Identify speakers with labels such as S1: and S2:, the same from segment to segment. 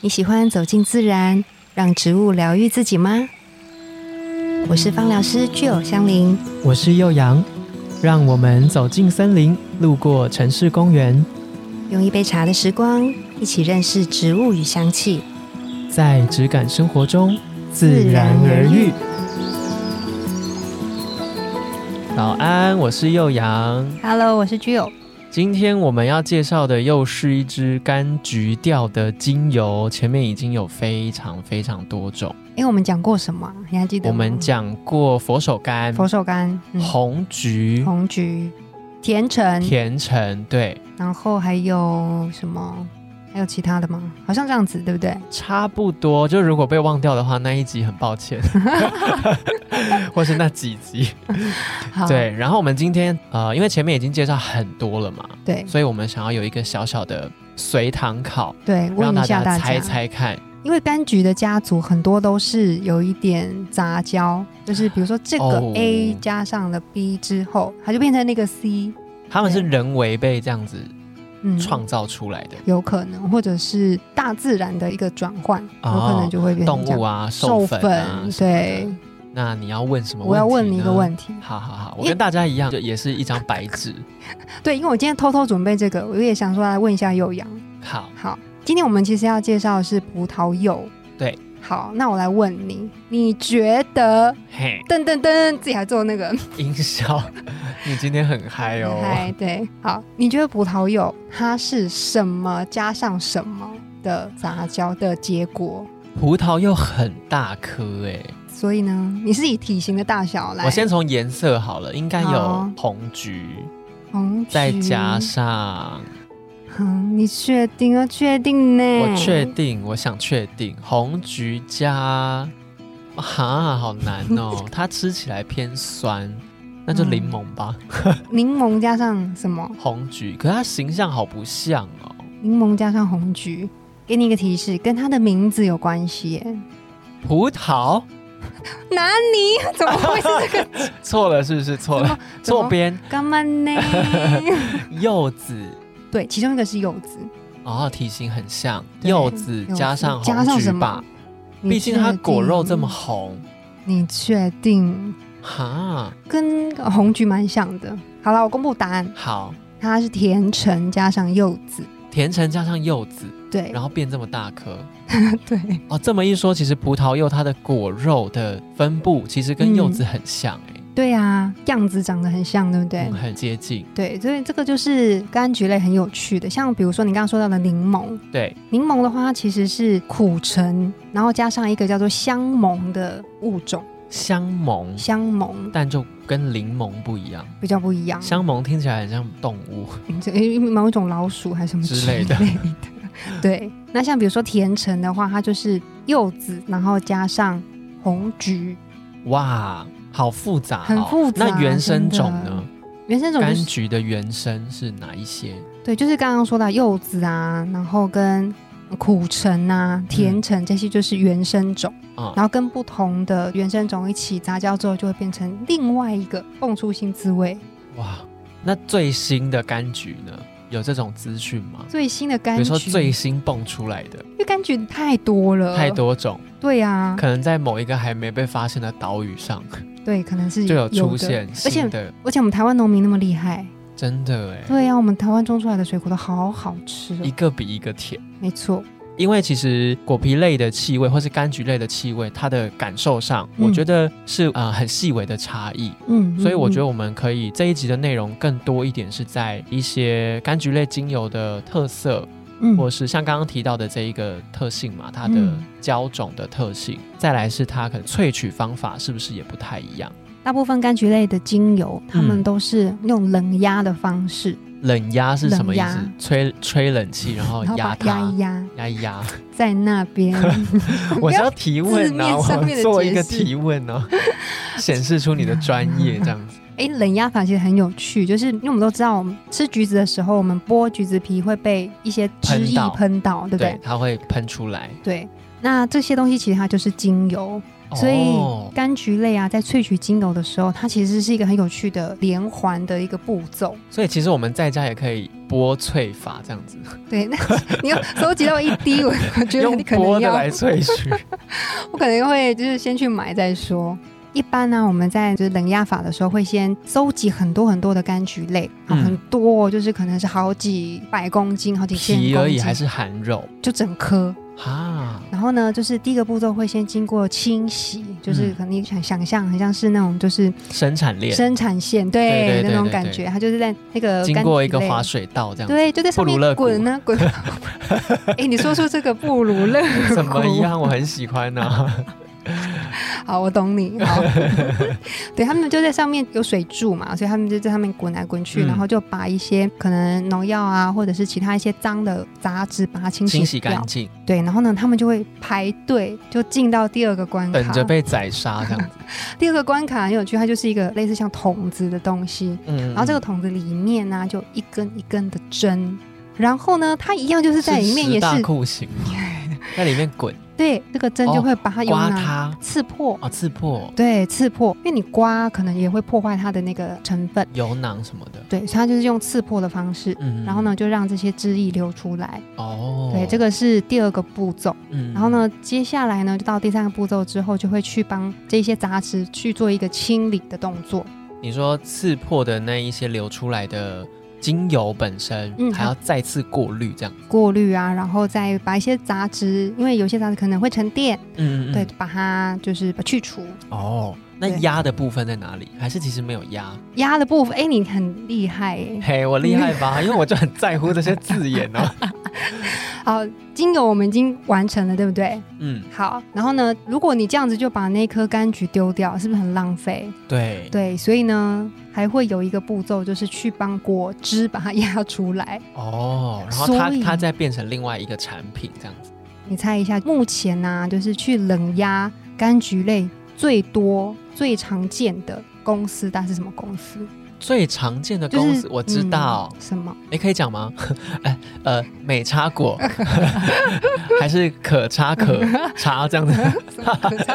S1: 你喜欢走进自然，让植物疗愈自己吗？我是芳疗师具有香林，
S2: 我是幼阳，让我们走进森林，路过城市公园，
S1: 用一杯茶的时光，一起认识植物与香气。
S2: 在质感生活中自然而愈。早安，我是幼阳。
S1: Hello，我是具有。
S2: 今天我们要介绍的又是一支柑橘调的精油，前面已经有非常非常多种。
S1: 哎，我们讲过什么啊？你还记得
S2: 我
S1: 吗？
S2: 们讲过佛手柑、
S1: 佛手柑、嗯
S2: 红橘、
S1: 红橘、甜橙，
S2: 甜橙，对，
S1: 然后还有什么？还有其他的吗？好像这样子，对不对？
S2: 差不多。就如果被忘掉的话，那一集很 抱歉， 或是那几集。
S1: 好，
S2: 对，然后我们今天呃，因为前面已经介绍很多了嘛，
S1: 对
S2: 所以我们想要有一个小小的随堂考，
S1: 对，问一
S2: 让大
S1: 下
S2: 家
S1: 大
S2: 猜猜看。
S1: 因为柑橘的家族很多都是有一点杂交，就是比如说这个
S2: 哦
S1: A 加上了 B 之后，它就变成那个 C，
S2: 他们是人为被这样子
S1: 嗯，
S2: 创造出来的，
S1: 有可能，或者是大自然的一个转换，有
S2: 哦
S1: 可能就会变成
S2: 动
S1: 这
S2: 物
S1: 样。
S2: 啊、授
S1: 授
S2: 粉啊
S1: 粉，
S2: 什么的
S1: 对，
S2: 那你要问什么？
S1: 我要问你一个问
S2: 题
S1: 题
S2: 呢。，好好好，我
S1: 因为
S2: 跟大家一样，就也是一张白纸。
S1: 对，因为我今天偷偷准备这个，我也想说来问一下幼阳。
S2: 好，
S1: 好，今天我们其实要介绍的是葡萄柚。
S2: 对，
S1: 好，那我来问你，你觉得
S2: 嘿，
S1: 噔噔噔，自己还做那个
S2: 音效， 你今天很嗨哦。
S1: 嗨，对，好，你觉得葡萄柚它是什么加上什么的杂交的结果？
S2: 葡萄又很大颗哎，
S1: 所以呢，你是以体型的大小来，
S2: 我先从颜色好了，应该有
S1: 好
S2: 红橘，
S1: 红橘
S2: 再加，上，
S1: 嗯，你确定要确定呢？嗯
S2: 我确定，我想确定红橘加，哈，好难 哦，它吃起来偏酸，那
S1: 嗯
S2: 就柠檬吧，
S1: 柠檬加上什么？
S2: 红橘，可它形象好不像哦，
S1: 柠檬加上红橘，给你一个提示，跟它的名字有关系耶。
S2: 葡萄
S1: 哪里？怎么会是这个？
S2: 错了是不是错了？
S1: 怎么
S2: 左边
S1: 干嘛 呢？
S2: 柚子。
S1: 对，其中一个是柚子，
S2: 哦，体型很像
S1: 对
S2: 柚子
S1: 柚子
S2: 加上
S1: 加上
S2: 红橘
S1: 什么
S2: 吧，
S1: 你
S2: 毕竟它
S1: 确
S2: 果肉
S1: 定
S2: 这么红，
S1: 你确定
S2: 哈，
S1: 跟红橘蛮像的？好了，我公布答案，
S2: 好，
S1: 它是甜橙加上柚子。
S2: 甜橙加上柚子，
S1: 对
S2: 然后变这么大颗。
S1: 对，
S2: 哦，这么一说，其实葡萄柚它的果肉的分布其实跟
S1: 嗯
S2: 柚子很像、欸，
S1: 对啊，样子长得很像，对不对？
S2: 嗯很接近。
S1: 对，所以这个就是柑橘类很有趣的，像比如说你刚刚说到的柠檬，
S2: 对，
S1: 柠檬的话它其实是苦橙，然后加上一个叫做香檬的物种，
S2: 香檬，
S1: 香檬
S2: 但就跟柠檬不一样。
S1: 比较不一样，
S2: 香檬听起来很像动物，
S1: 这诶某一种老鼠还是什么
S2: 之
S1: 之
S2: 类
S1: 类
S2: 的
S1: 的。对，那像比如说甜橙的话，它就是柚子，然后加上红橘。
S2: 哇，好复杂、哦，
S1: 很复杂
S2: 那原生种
S1: 真
S2: 呢
S1: 的？原生种就
S2: 柑
S1: 是
S2: 橘的原生是哪一些？
S1: 对，就是刚刚说到柚子啊，然后跟苦橙啊、甜橙这些就是原生种，
S2: 嗯啊、
S1: 然后跟不同的原生种一起杂交之后，就会变成另外一个蹦出新滋味。
S2: 哇，那最新的柑橘呢？有这种资讯吗？
S1: 最新的柑橘，
S2: 比如说最新蹦出来的
S1: 因为柑橘太多了，
S2: 太，多种，
S1: 对啊，
S2: 可能在某一个还没被发现的岛屿上
S1: 对，可能是
S2: 就有出
S1: 的
S2: 现
S1: 而且
S2: 新的，
S1: 而且我们台湾农民那么厉害，
S2: 真的哎，
S1: 对呀、啊我们台湾种出来的水果都好好吃、
S2: 一
S1: 哦，
S2: 个比一个甜。
S1: 没错，
S2: 因为其实果皮类的气味或是柑橘类的气味，它的感受上，
S1: 嗯
S2: 我觉得是呃很细微的差异。
S1: 嗯，
S2: 所以我觉得
S1: 得
S2: 我们可以这一集的内容更多一点是在一些柑橘类精油的特色，
S1: 嗯
S2: 或是像刚刚提到的这一个特性嘛，它的
S1: 嗯
S2: 胶种的特性，再来是它可能萃取方法是不是也不太一样？
S1: 大部分柑橘类的精油，它
S2: 嗯
S1: 们都是用冷压的方式，
S2: 冷压是什么意
S1: 冷
S2: 思
S1: 压？
S2: 吹吹冷气，然后
S1: 然后
S2: 哦压
S1: 把
S2: 它，
S1: 压一压
S2: 压 一压。
S1: 在那 边。
S2: 我是要提问呢、啊，
S1: 字面上面
S2: 我
S1: 的
S2: 做一个
S1: 解释
S2: 提问 呢、显示出你的专业这样子。
S1: 哎，冷压法其实很有趣，就是因为我们都知道，我们吃橘子的时候，我们剥橘子皮会被一些汁
S2: 喷
S1: 液
S2: 到
S1: 喷到，对不对？
S2: 对，它会喷出来。
S1: 对，那这些东西其实它就是精油。所以
S2: 哦
S1: 柑橘类啊，在萃取精油的时候，它其实是一个很有趣的连环的一个步骤。
S2: 所以其实我们在家也可以剥萃法这样子，
S1: 对，那你要收集到一滴，我我觉得
S2: 用
S1: 你可
S2: 剥
S1: 能
S2: 的
S1: 要
S2: 来萃 取。
S1: 我可能会就是先去买再说。一般呢、我们在就是冷压法的时候，会先搜集很多很多的柑橘类，啊，
S2: 嗯
S1: 很多哦，就是可能是好几百公斤、好几千公
S2: 皮
S1: 斤，
S2: 而已还是含肉
S1: 就整颗。
S2: 哈？
S1: 然后呢，就是第一个步骤会先经过清洗，就是
S2: 嗯
S1: 可能你想想象，很像是那种就是
S2: 生产链
S1: 生产线
S2: 对对
S1: 对
S2: 对
S1: 那种
S2: 对
S1: 感
S2: 对
S1: 觉，它就是在那个
S2: 经
S1: 柑
S2: 过
S1: 橘
S2: 一个
S1: 类
S2: 滑水道这样子，
S1: 对，就在上
S2: 布鲁勒
S1: 面
S2: 谷
S1: 滚啊滚。 哎、你说出这个布鲁勒谷
S2: 怎么 样？我很喜欢啊。
S1: 好，我懂 你。好， 对他们就在上面有水柱嘛，所以他们就在上面滚来滚去，
S2: 嗯
S1: 然后就把一些可能农药啊，或者是其他一些脏的杂质把 它清洗
S2: 清洗
S1: 掉
S2: 干。净，
S1: 对，然后呢，他们就会排队，就进到第二个关
S2: 等
S1: 卡
S2: 着。被宰杀这样子。
S1: 第二个关卡很有趣，它就是一个类似像桶子的东西，
S2: 嗯，
S1: 然后这个桶子里面呢、就一根一根的针。然后呢，它一样就是在里面
S2: 十
S1: 也是
S2: 大酷刑 嘛，在里面滚
S1: 对这个针就会把它用
S2: 刮
S1: 拿
S2: 它
S1: 刺破，
S2: 哦，刺破
S1: 对，刺破，因为你刮可能也会破坏它的那个成分，
S2: 油囊什么的。
S1: 对，所以它就是用刺破的方式，
S2: 嗯
S1: 然后呢，就让这些汁液流出来。
S2: 哦，
S1: 对，这
S2: 个，
S1: 个是第二个步骤。
S2: 嗯
S1: 然后，呢，接下来呢，就到第三个步骤之后，就会去帮这些杂质去做一个清理的动作。
S2: 你说刺破的那一些流出来的精油本身，
S1: 嗯
S2: 还要再次过滤这样。
S1: 过滤啊，然后再把一些杂质，因为有些杂质可能会沉淀，
S2: 嗯嗯嗯
S1: 对，把它就是把去除。
S2: 哦，那
S1: 对
S2: 压的部分在哪里？还是其实没有压？
S1: 压的部分，哎，你很厉害哎。
S2: 嘿，我厉害 吧？因为我就很在乎这些字眼哦。
S1: 好，精油我们已经完成了，对不对？
S2: 嗯，
S1: 好，然后呢，如果你这样子就把那颗柑橘丢掉，是不是很浪费？
S2: 对，
S1: 对，所以呢，还会有一个步骤，就是去帮果汁把它压出来。
S2: 哦，然后它
S1: 所以
S2: 它再变成另外一个产品这样子。
S1: 你猜一下，目前呢、就是去冷压柑橘类最多、最常见的公司，它是什么公司？
S2: 最常见的
S1: 就
S2: 公
S1: 是
S2: 司我知道，
S1: 嗯什么？
S2: 哎、可以讲吗？ 哎，呃，美差果 还是可 差可差这样子，
S1: 什么可差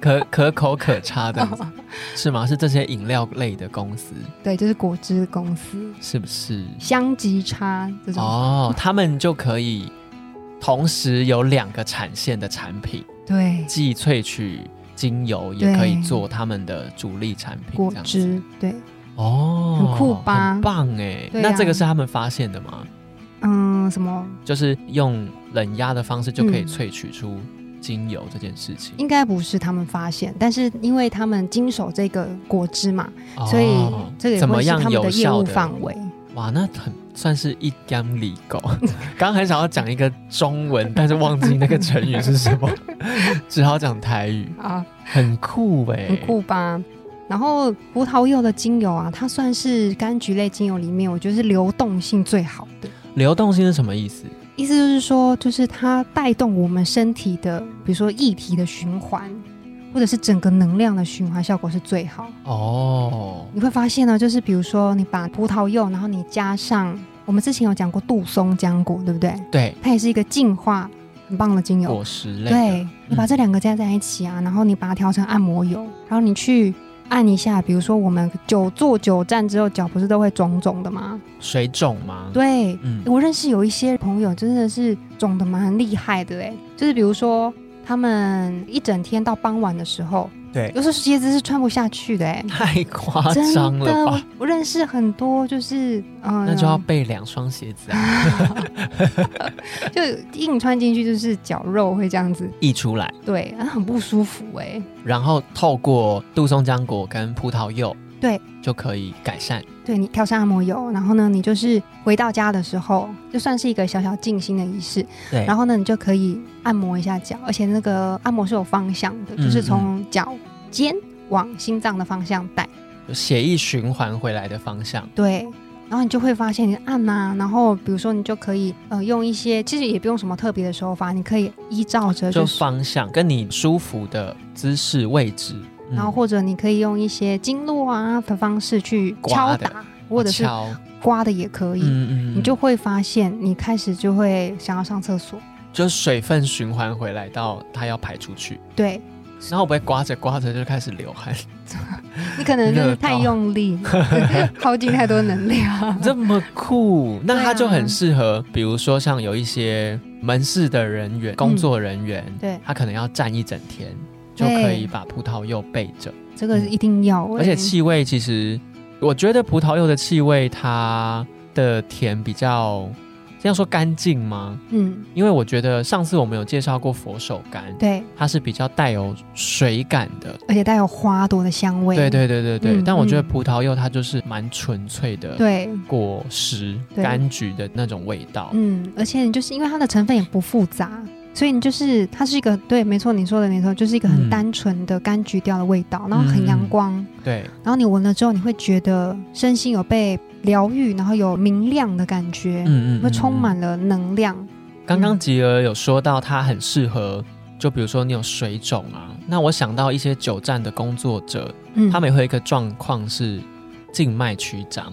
S1: 可哦
S2: 可可口可差这样子
S1: 差
S2: 是吗？是这些饮料类的公司
S1: 对，就是果汁公司、
S2: 是不是？
S1: 香吉差这种。
S2: 嗯哦，他们就可以同时有两个产线的产品，
S1: 对，
S2: 既萃取精油，也
S1: 对
S2: 可以做他们的主力产品
S1: 果
S2: 这样子
S1: 汁对。
S2: 哦，
S1: 很酷吧
S2: 很棒哎、
S1: 对啊
S2: 那这个是他们发现的吗？
S1: 嗯，什么？
S2: 就是用冷压的方式就可
S1: 嗯
S2: 以萃取出精油这件事情，
S1: 应该不是他们发现，但是因为他们经手这个果汁嘛，
S2: 哦
S1: 所以这个也
S2: 怎么
S1: 会是
S2: 样
S1: 他们
S2: 有
S1: 的业
S2: 效
S1: 务
S2: 的？
S1: 范围。
S2: 哇，那很算是一干里狗。 刚刚很想要讲一个中文， 但是忘记那个成语是什么， 只好讲台语。
S1: 啊，
S2: 很酷哎、
S1: 很酷吧？然后葡萄柚的精油啊，它算是柑橘类精油里面，我觉得是流动性最好的。
S2: 流动性是什么意思？
S1: 意思就是说，就是它带动我们身体的，比如说液体的循环，或者是整个能量的循环效果是最好。
S2: 哦，
S1: 你会发现呢，就是比如说你把葡萄柚，然后你加上我们之前有讲过杜松浆果，对不对？
S2: 对，
S1: 它也是一个净化很棒的精油。
S2: 果实哦类的。嗯
S1: 对你把这两个加在一起啊，然后你把它调成按摩油，然后你去按一下，比如说我们久坐久站之后，脚不是都会肿肿的吗？
S2: 水肿吗？，
S1: 对，
S2: 嗯，
S1: 我认识有一些朋友真的是肿的蛮厉害的哎，就是比如说他们一整天到傍晚的时候，
S2: 对，
S1: 有时候鞋子是穿不下去的哎。
S2: 太夸
S1: 真
S2: 张了
S1: 的，
S2: 吧
S1: 我？我认识很多，就是嗯，
S2: 那就要 备两双鞋子啊，
S1: 就硬穿进去，就是脚肉会这样子，
S2: 溢出来，
S1: 对，啊很不舒服哎、
S2: 然后透过杜松浆果跟葡萄柚，
S1: 对，
S2: 就可以改善。
S1: 对你跳上按摩油，然后呢，你就是回到家的时候，就算是一个小小静心的仪式，
S2: 对，
S1: 然
S2: 后
S1: 后呢，你就可以按摩一下脚，而且那个按摩是有方向的，
S2: 嗯
S1: 就是从脚尖往心脏的方向带，
S2: 血液循环回来的方向，
S1: 对。然后你就会发现，你按呐、然后比如说你就可以，呃，用一些其实也不用什么特别的手法，你可以依照着
S2: 就
S1: 就是，
S2: 方向跟你舒服的姿势位置，嗯
S1: 然后或者你可以用一些经络啊的方式去
S2: 刮
S1: 敲
S2: 的
S1: 打，或者是
S2: 敲
S1: 刮的也可以，
S2: 嗯嗯，
S1: 你就
S2: 就
S1: 会发现你开始就会想要上厕所。
S2: 就水分循环回来到它要排出去，
S1: 对，
S2: 然后我不会刮着刮着就开始 流汗，
S1: 你可能就是太
S2: 热到
S1: 用力， 耗尽太多能量。
S2: 这么酷，那
S1: 对啊嗯
S2: 它就很适合，比如说像有一些门市的人员、工作人员，
S1: 对
S2: 他可能要站一整天，就
S1: 对
S2: 可以把葡萄柚备着，
S1: 这个一定要欸、
S2: 而且气味其实，我觉得葡萄柚的气味它的甜比较，这样说干净吗？
S1: 嗯，
S2: 因为我觉得上次我们有介绍过佛手柑，
S1: 对，
S2: 它是比较带有水感的，
S1: 而且带有花朵的香味。
S2: 对对对对对。
S1: 嗯
S2: 但我觉得
S1: 嗯
S2: 葡萄柚它就是蛮纯粹的，
S1: 对
S2: 果实、
S1: 对
S2: 柑橘的那种味道。
S1: 嗯，而且就是因为它的成分也不复杂，所以你就是它是一个对，没错，你说的没错，就是一个很
S2: 嗯
S1: 单纯的柑橘调的味道，然后很
S2: 嗯
S1: 阳光，
S2: 对，
S1: 然后你闻了之后，你会觉得身心有被疗愈，然后有明亮的感觉，
S2: 嗯
S1: 会充。满嗯了能量。
S2: 刚刚吉儿有说到，它很适合，就比如说你有水肿啊，那我想到一些久站的工作者，
S1: 嗯，
S2: 他们也会有一个状况是静脉曲张，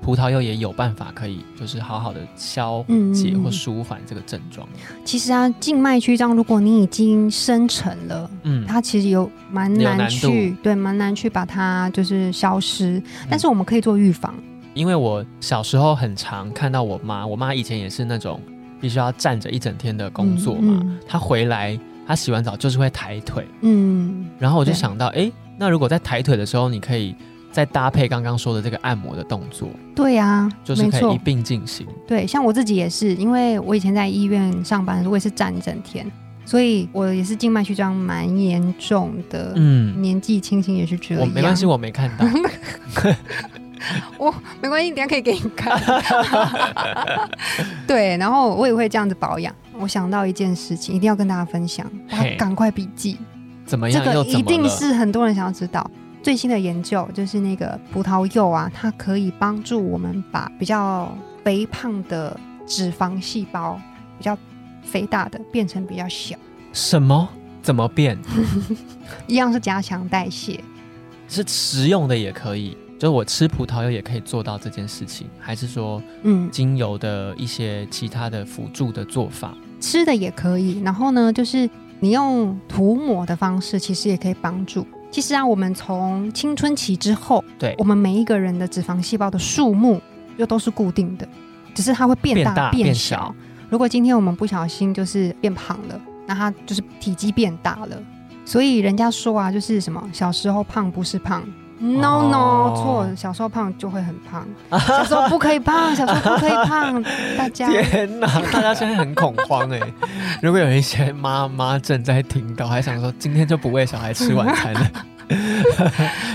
S2: 葡萄柚也有办法可以就是好好的消
S1: 嗯
S2: 解
S1: 嗯
S2: 或
S1: 嗯
S2: 舒缓这个症状。
S1: 其实啊，静脉曲张，如果你已经生成了，
S2: 嗯，
S1: 它其实有蛮
S2: 有
S1: 难
S2: 难度嗯
S1: 去对蛮难去把它就是消失，但是我们可以做预防。
S2: 因为我小时候很常看到我妈，我妈以前也是那种必须要站着一整天的工作嘛，
S1: 嗯嗯
S2: 她回来她洗完澡就是会抬腿，
S1: 嗯，
S2: 然后我就
S1: 对
S2: 想到，诶，那如果在抬腿的时候，你可以再搭配刚刚说的这个按摩的动作，
S1: 对啊，
S2: 就是
S1: 没
S2: 可以一
S1: 错，
S2: 并进行。
S1: 对，像我自己也是，因为我以前在医院上班的时候，我也是站一整天，所以我也是静脉曲张蛮严重的。
S2: 嗯，哦
S1: 年纪轻轻也是这样，
S2: 我没关系，我没看 到。
S1: 没关系，等一下可以给你看。 对，然后我也会这样子保养。我想到一件事情，一定要跟大家分享，大
S2: 嘿
S1: 家赶快笔记。
S2: 怎么
S1: 这
S2: 样
S1: 个
S2: 又
S1: 一
S2: 怎么
S1: 定
S2: 了？
S1: 是很多人想要知道。最新的研究就是那个葡萄柚啊，它可以帮助我们把比较肥胖的脂肪细胞，比较肥大的变成比较小，
S2: 什么？怎么变？
S1: 一样是加强代谢。
S2: 是食用的也可以，就是我吃葡萄柚也可以做到这件事情，还是说
S1: 嗯，
S2: 精油的一些其他的辅助的做法？
S1: 吃的也可以。然后呢，就是你用涂抹的方式，其实也可以帮助。其实啊，我们从青春期之后，
S2: 对
S1: 我，们每一个人的脂肪细胞的数目又都是固定的，只是它会变
S2: 变
S1: 大
S2: 大变小
S1: 如果今天我们不小心就是变胖了，那它就是体积变大了。所以人家说啊，就是什么小时候胖不是胖。No no，
S2: 哦
S1: 错、小时候胖就会很胖，小时候不可以胖，小时候不可以 胖，大家
S2: 天哪， 大家现在很恐慌哎、如果有一些妈妈正在听到，还想说今天就不喂小孩吃晚餐了。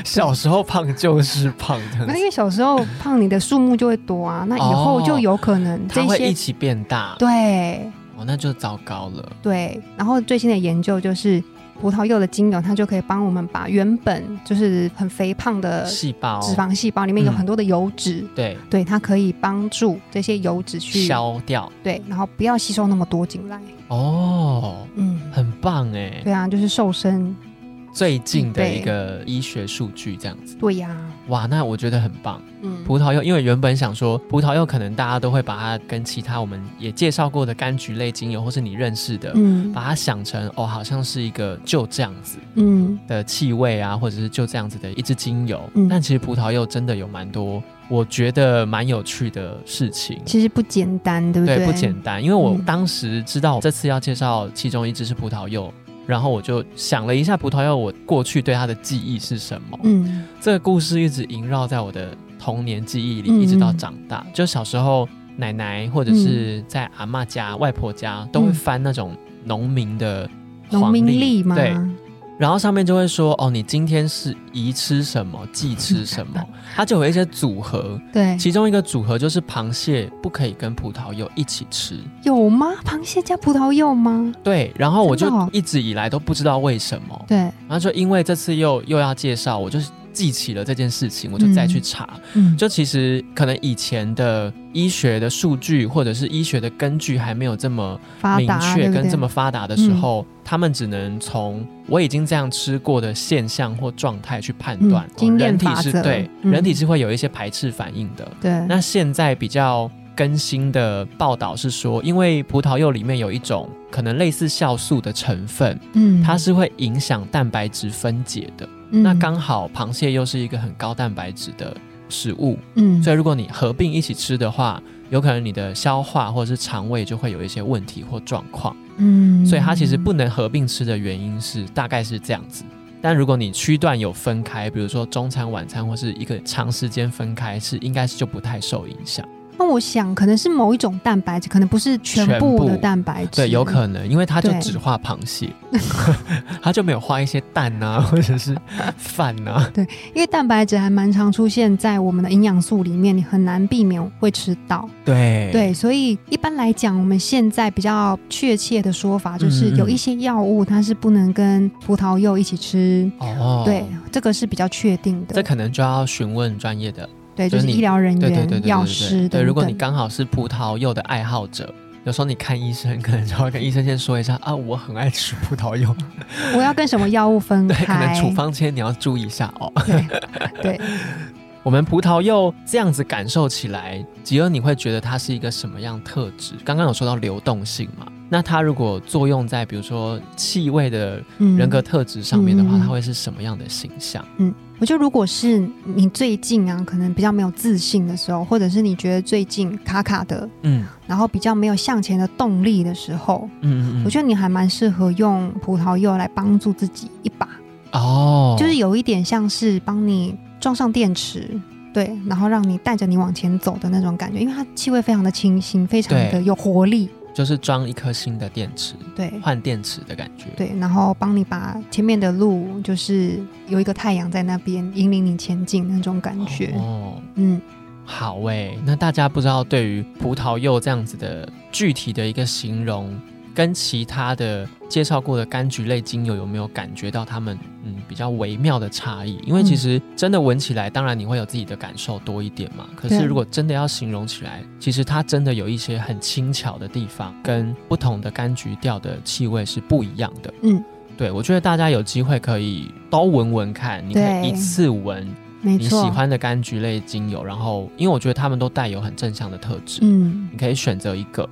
S2: 小时候胖就是胖，这样
S1: 那
S2: 子
S1: 因为小时 候胖，你的数目就会多啊，那以后就有可能这
S2: 哦它会一
S1: 些、
S2: 起变大。
S1: 对
S2: 哦，那就糟糕了。
S1: 对。然后最新的研究就是，葡萄柚的精油它就可以帮我们把原本就是很肥胖的
S2: 细胞
S1: 呃脂肪细胞里面有
S2: 嗯
S1: 很多的油脂，
S2: 对
S1: 对它可以帮助这些油脂去
S2: 消掉
S1: 对，然后不要吸收那么多进来。
S2: 哦，
S1: 嗯，
S2: 很棒哎。
S1: 对啊，就是瘦身，
S2: 最近
S1: 嗯
S2: 的
S1: 对
S2: 一个医学数据这样子，
S1: 对呀、
S2: 哇，那我觉得很棒。
S1: 嗯，
S2: 葡萄柚，因为原本想说葡萄柚可能大家都会把它跟其他我们也介绍过的柑橘类精油，或是你认识的，
S1: 嗯
S2: 把它想成哦，好像是一个就这样子
S1: 嗯
S2: 的气味啊，或者是就这样子的一支精油。
S1: 嗯
S2: 但其实葡萄柚真的有蛮多，我觉得蛮有趣的事情。
S1: 其实不简单，对不对？
S2: 不简单，因为我
S1: 嗯
S2: 当时知道这次要介绍其中一支是葡萄柚，然后我就想了一下葡萄柚，我过去对它的记忆是什么？
S1: 嗯
S2: 这个故事一直萦绕在我的童年记忆里，
S1: 嗯
S2: 一直到长大。就小时候，奶奶或者
S1: 嗯
S2: 是在阿嬷家、外婆家，都会翻那种农民的
S1: 农
S2: 黄
S1: 民历嘛，
S2: 对，然后上面就会说哦，你今天是宜吃什么，忌吃 什么，它就有一些组合。
S1: 对，
S2: 其中一个组合就是螃蟹不可以跟葡萄柚一起吃。
S1: 有吗？螃蟹加葡萄柚吗？
S2: 对，然后我就
S1: 真的哦
S2: 一直以来都不知道为什么，
S1: 对，
S2: 然后就因为这次又又要介绍，我就记起了这件事情，我就再去查。
S1: 嗯，
S2: 就其实可能以前的医学的数据或者是医学的根据还没有这么
S1: 发
S2: 明
S1: 达啊，
S2: 确
S1: 对不嗯
S2: 跟
S1: 对
S2: 这么发达的时候，他们只能从我已经这样吃过的现象或状态去判断。哦
S1: 嗯经验
S2: 人体
S1: 法
S2: 是
S1: 则
S2: 对，
S1: 嗯
S2: 人体是会有一些排斥反应的。
S1: 对，
S2: 那现在比较。更新的报道是说，因为葡萄柚里面有一种可能类似酵素的成分，
S1: 嗯，
S2: 它是会影响蛋白质分解的。
S1: 嗯
S2: 那刚好螃蟹又是一个很高蛋白质的食物，
S1: 嗯，
S2: 所以如果你合并一起吃的话，有可能你的消化或者是肠胃就会有一些问题或状况。
S1: 嗯，
S2: 所以它其实不能合并吃的原因是大概是这样子。但如果你区段有分开，比如说中餐、晚餐或是一个长时间分开，是应该是就不太受影响。
S1: 那我想可能是某一种蛋白质，可能不是全部的蛋白质，嗯
S2: 对，有可能，因为它就
S1: 对
S2: 只画螃 蟹，它就没有画一些蛋啊，或者是饭啊。
S1: 因为蛋白质还蛮常出现在我们的营养素里面，你很难避免会吃到。
S2: 对
S1: 对，所以一般来讲，我们现在比较确切的说法就是
S2: 嗯嗯
S1: 有一些药物它是不能跟葡萄柚一起吃。
S2: 哦，
S1: 对，这个是比较确定
S2: 这
S1: 的。
S2: 可能就要询问专业的，
S1: 对，
S2: 就
S1: 就是是
S2: 你
S1: 医疗人
S2: 对对对对
S1: 员、
S2: 对
S1: 药
S2: 对
S1: 师
S2: 对。
S1: 等
S2: 如果你
S1: 等。
S2: 刚好是葡萄柚的爱好者，有时候你看医生，可能就要跟医生先说一下啊，我很爱吃葡萄 柚，
S1: 我要跟什么药物分
S2: 对，可能
S1: 开？
S2: 处方签你要注意一下哦。
S1: 对，
S2: 我们葡萄柚这样子感受起来，吉恩，你会觉得它是一个什么样特质？刚刚有说到流动性嘛，那它如果作用在比如说气味的
S1: 嗯
S2: 人格特质上面的话，
S1: 嗯
S2: 它会是什么样的形象？
S1: 我觉得，如果是你最近啊，可能比较没有自信的时候，或者是你觉得最近卡卡的，
S2: 嗯
S1: 然后比较没有向前的动力的时候，
S2: 嗯嗯，
S1: 我觉得你还蛮适合用葡萄柚来帮助自己一把，
S2: 得哦，
S1: 就是有一点像是帮你装上电池。对，然后让你带着你往前走的那种感觉，因为它气味非常的清新，非常的
S2: 对
S1: 有活力，
S2: 就是装一颗新的电池，
S1: 对
S2: 换电池的感觉。
S1: 对，然后帮你把前面的路，就是有一个太阳在那边引领你前进那种感觉，
S2: 哦，
S1: 嗯。
S2: 好诶，那大家不知道对于葡萄柚这样子的具体的一个形容，跟其他的介绍过的柑橘类精油有没有感觉到它们嗯比较微妙的差异？因为
S1: 嗯
S2: 其实真的闻起来，当然你会有自己的感受多一点嘛。可
S1: 对
S2: 是如果真的要形容起来，其实它真的有一些很轻巧的地方，跟不同的柑橘调的气味是不一样的。
S1: 嗯。
S2: 对，我觉得大家有机会可以都闻闻看，你可
S1: 对
S2: 以一次闻，
S1: 没
S2: 你喜
S1: 错，
S2: 欢的柑橘类精油，然后因为我觉得它们都带有很正向的特质，
S1: 嗯
S2: 你可以选择一个，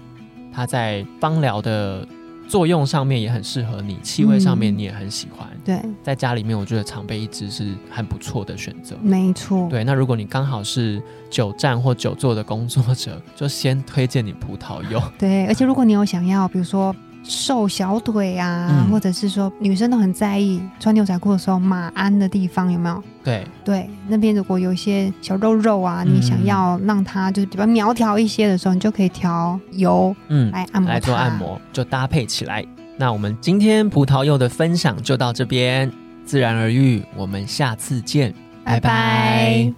S2: 它在芳疗的作用上面也很适合你，气味上面
S1: 嗯
S2: 你也很喜欢，
S1: 对，
S2: 在家里面我觉得常备一支是很不错的选择。
S1: 没错，
S2: 对，那如果你刚好是久站或久坐的工作者，就先推荐你葡萄 柚。
S1: 对而且如果你有想要，比如说瘦小腿啊，
S2: 嗯
S1: 或者是说女生都很在意穿牛仔裤的时候马鞍的地方有没有？
S2: 对，
S1: 对，那边如果有一些小肉肉啊，
S2: 嗯
S1: 你想要让它就是比较苗条一些的时候，你就可以调油
S2: 嗯，
S1: 来按摩，
S2: 来做按。摩，就搭配起来。那我们今天葡萄柚的分享就到这边，自然而愈，我们下次见，
S1: 拜拜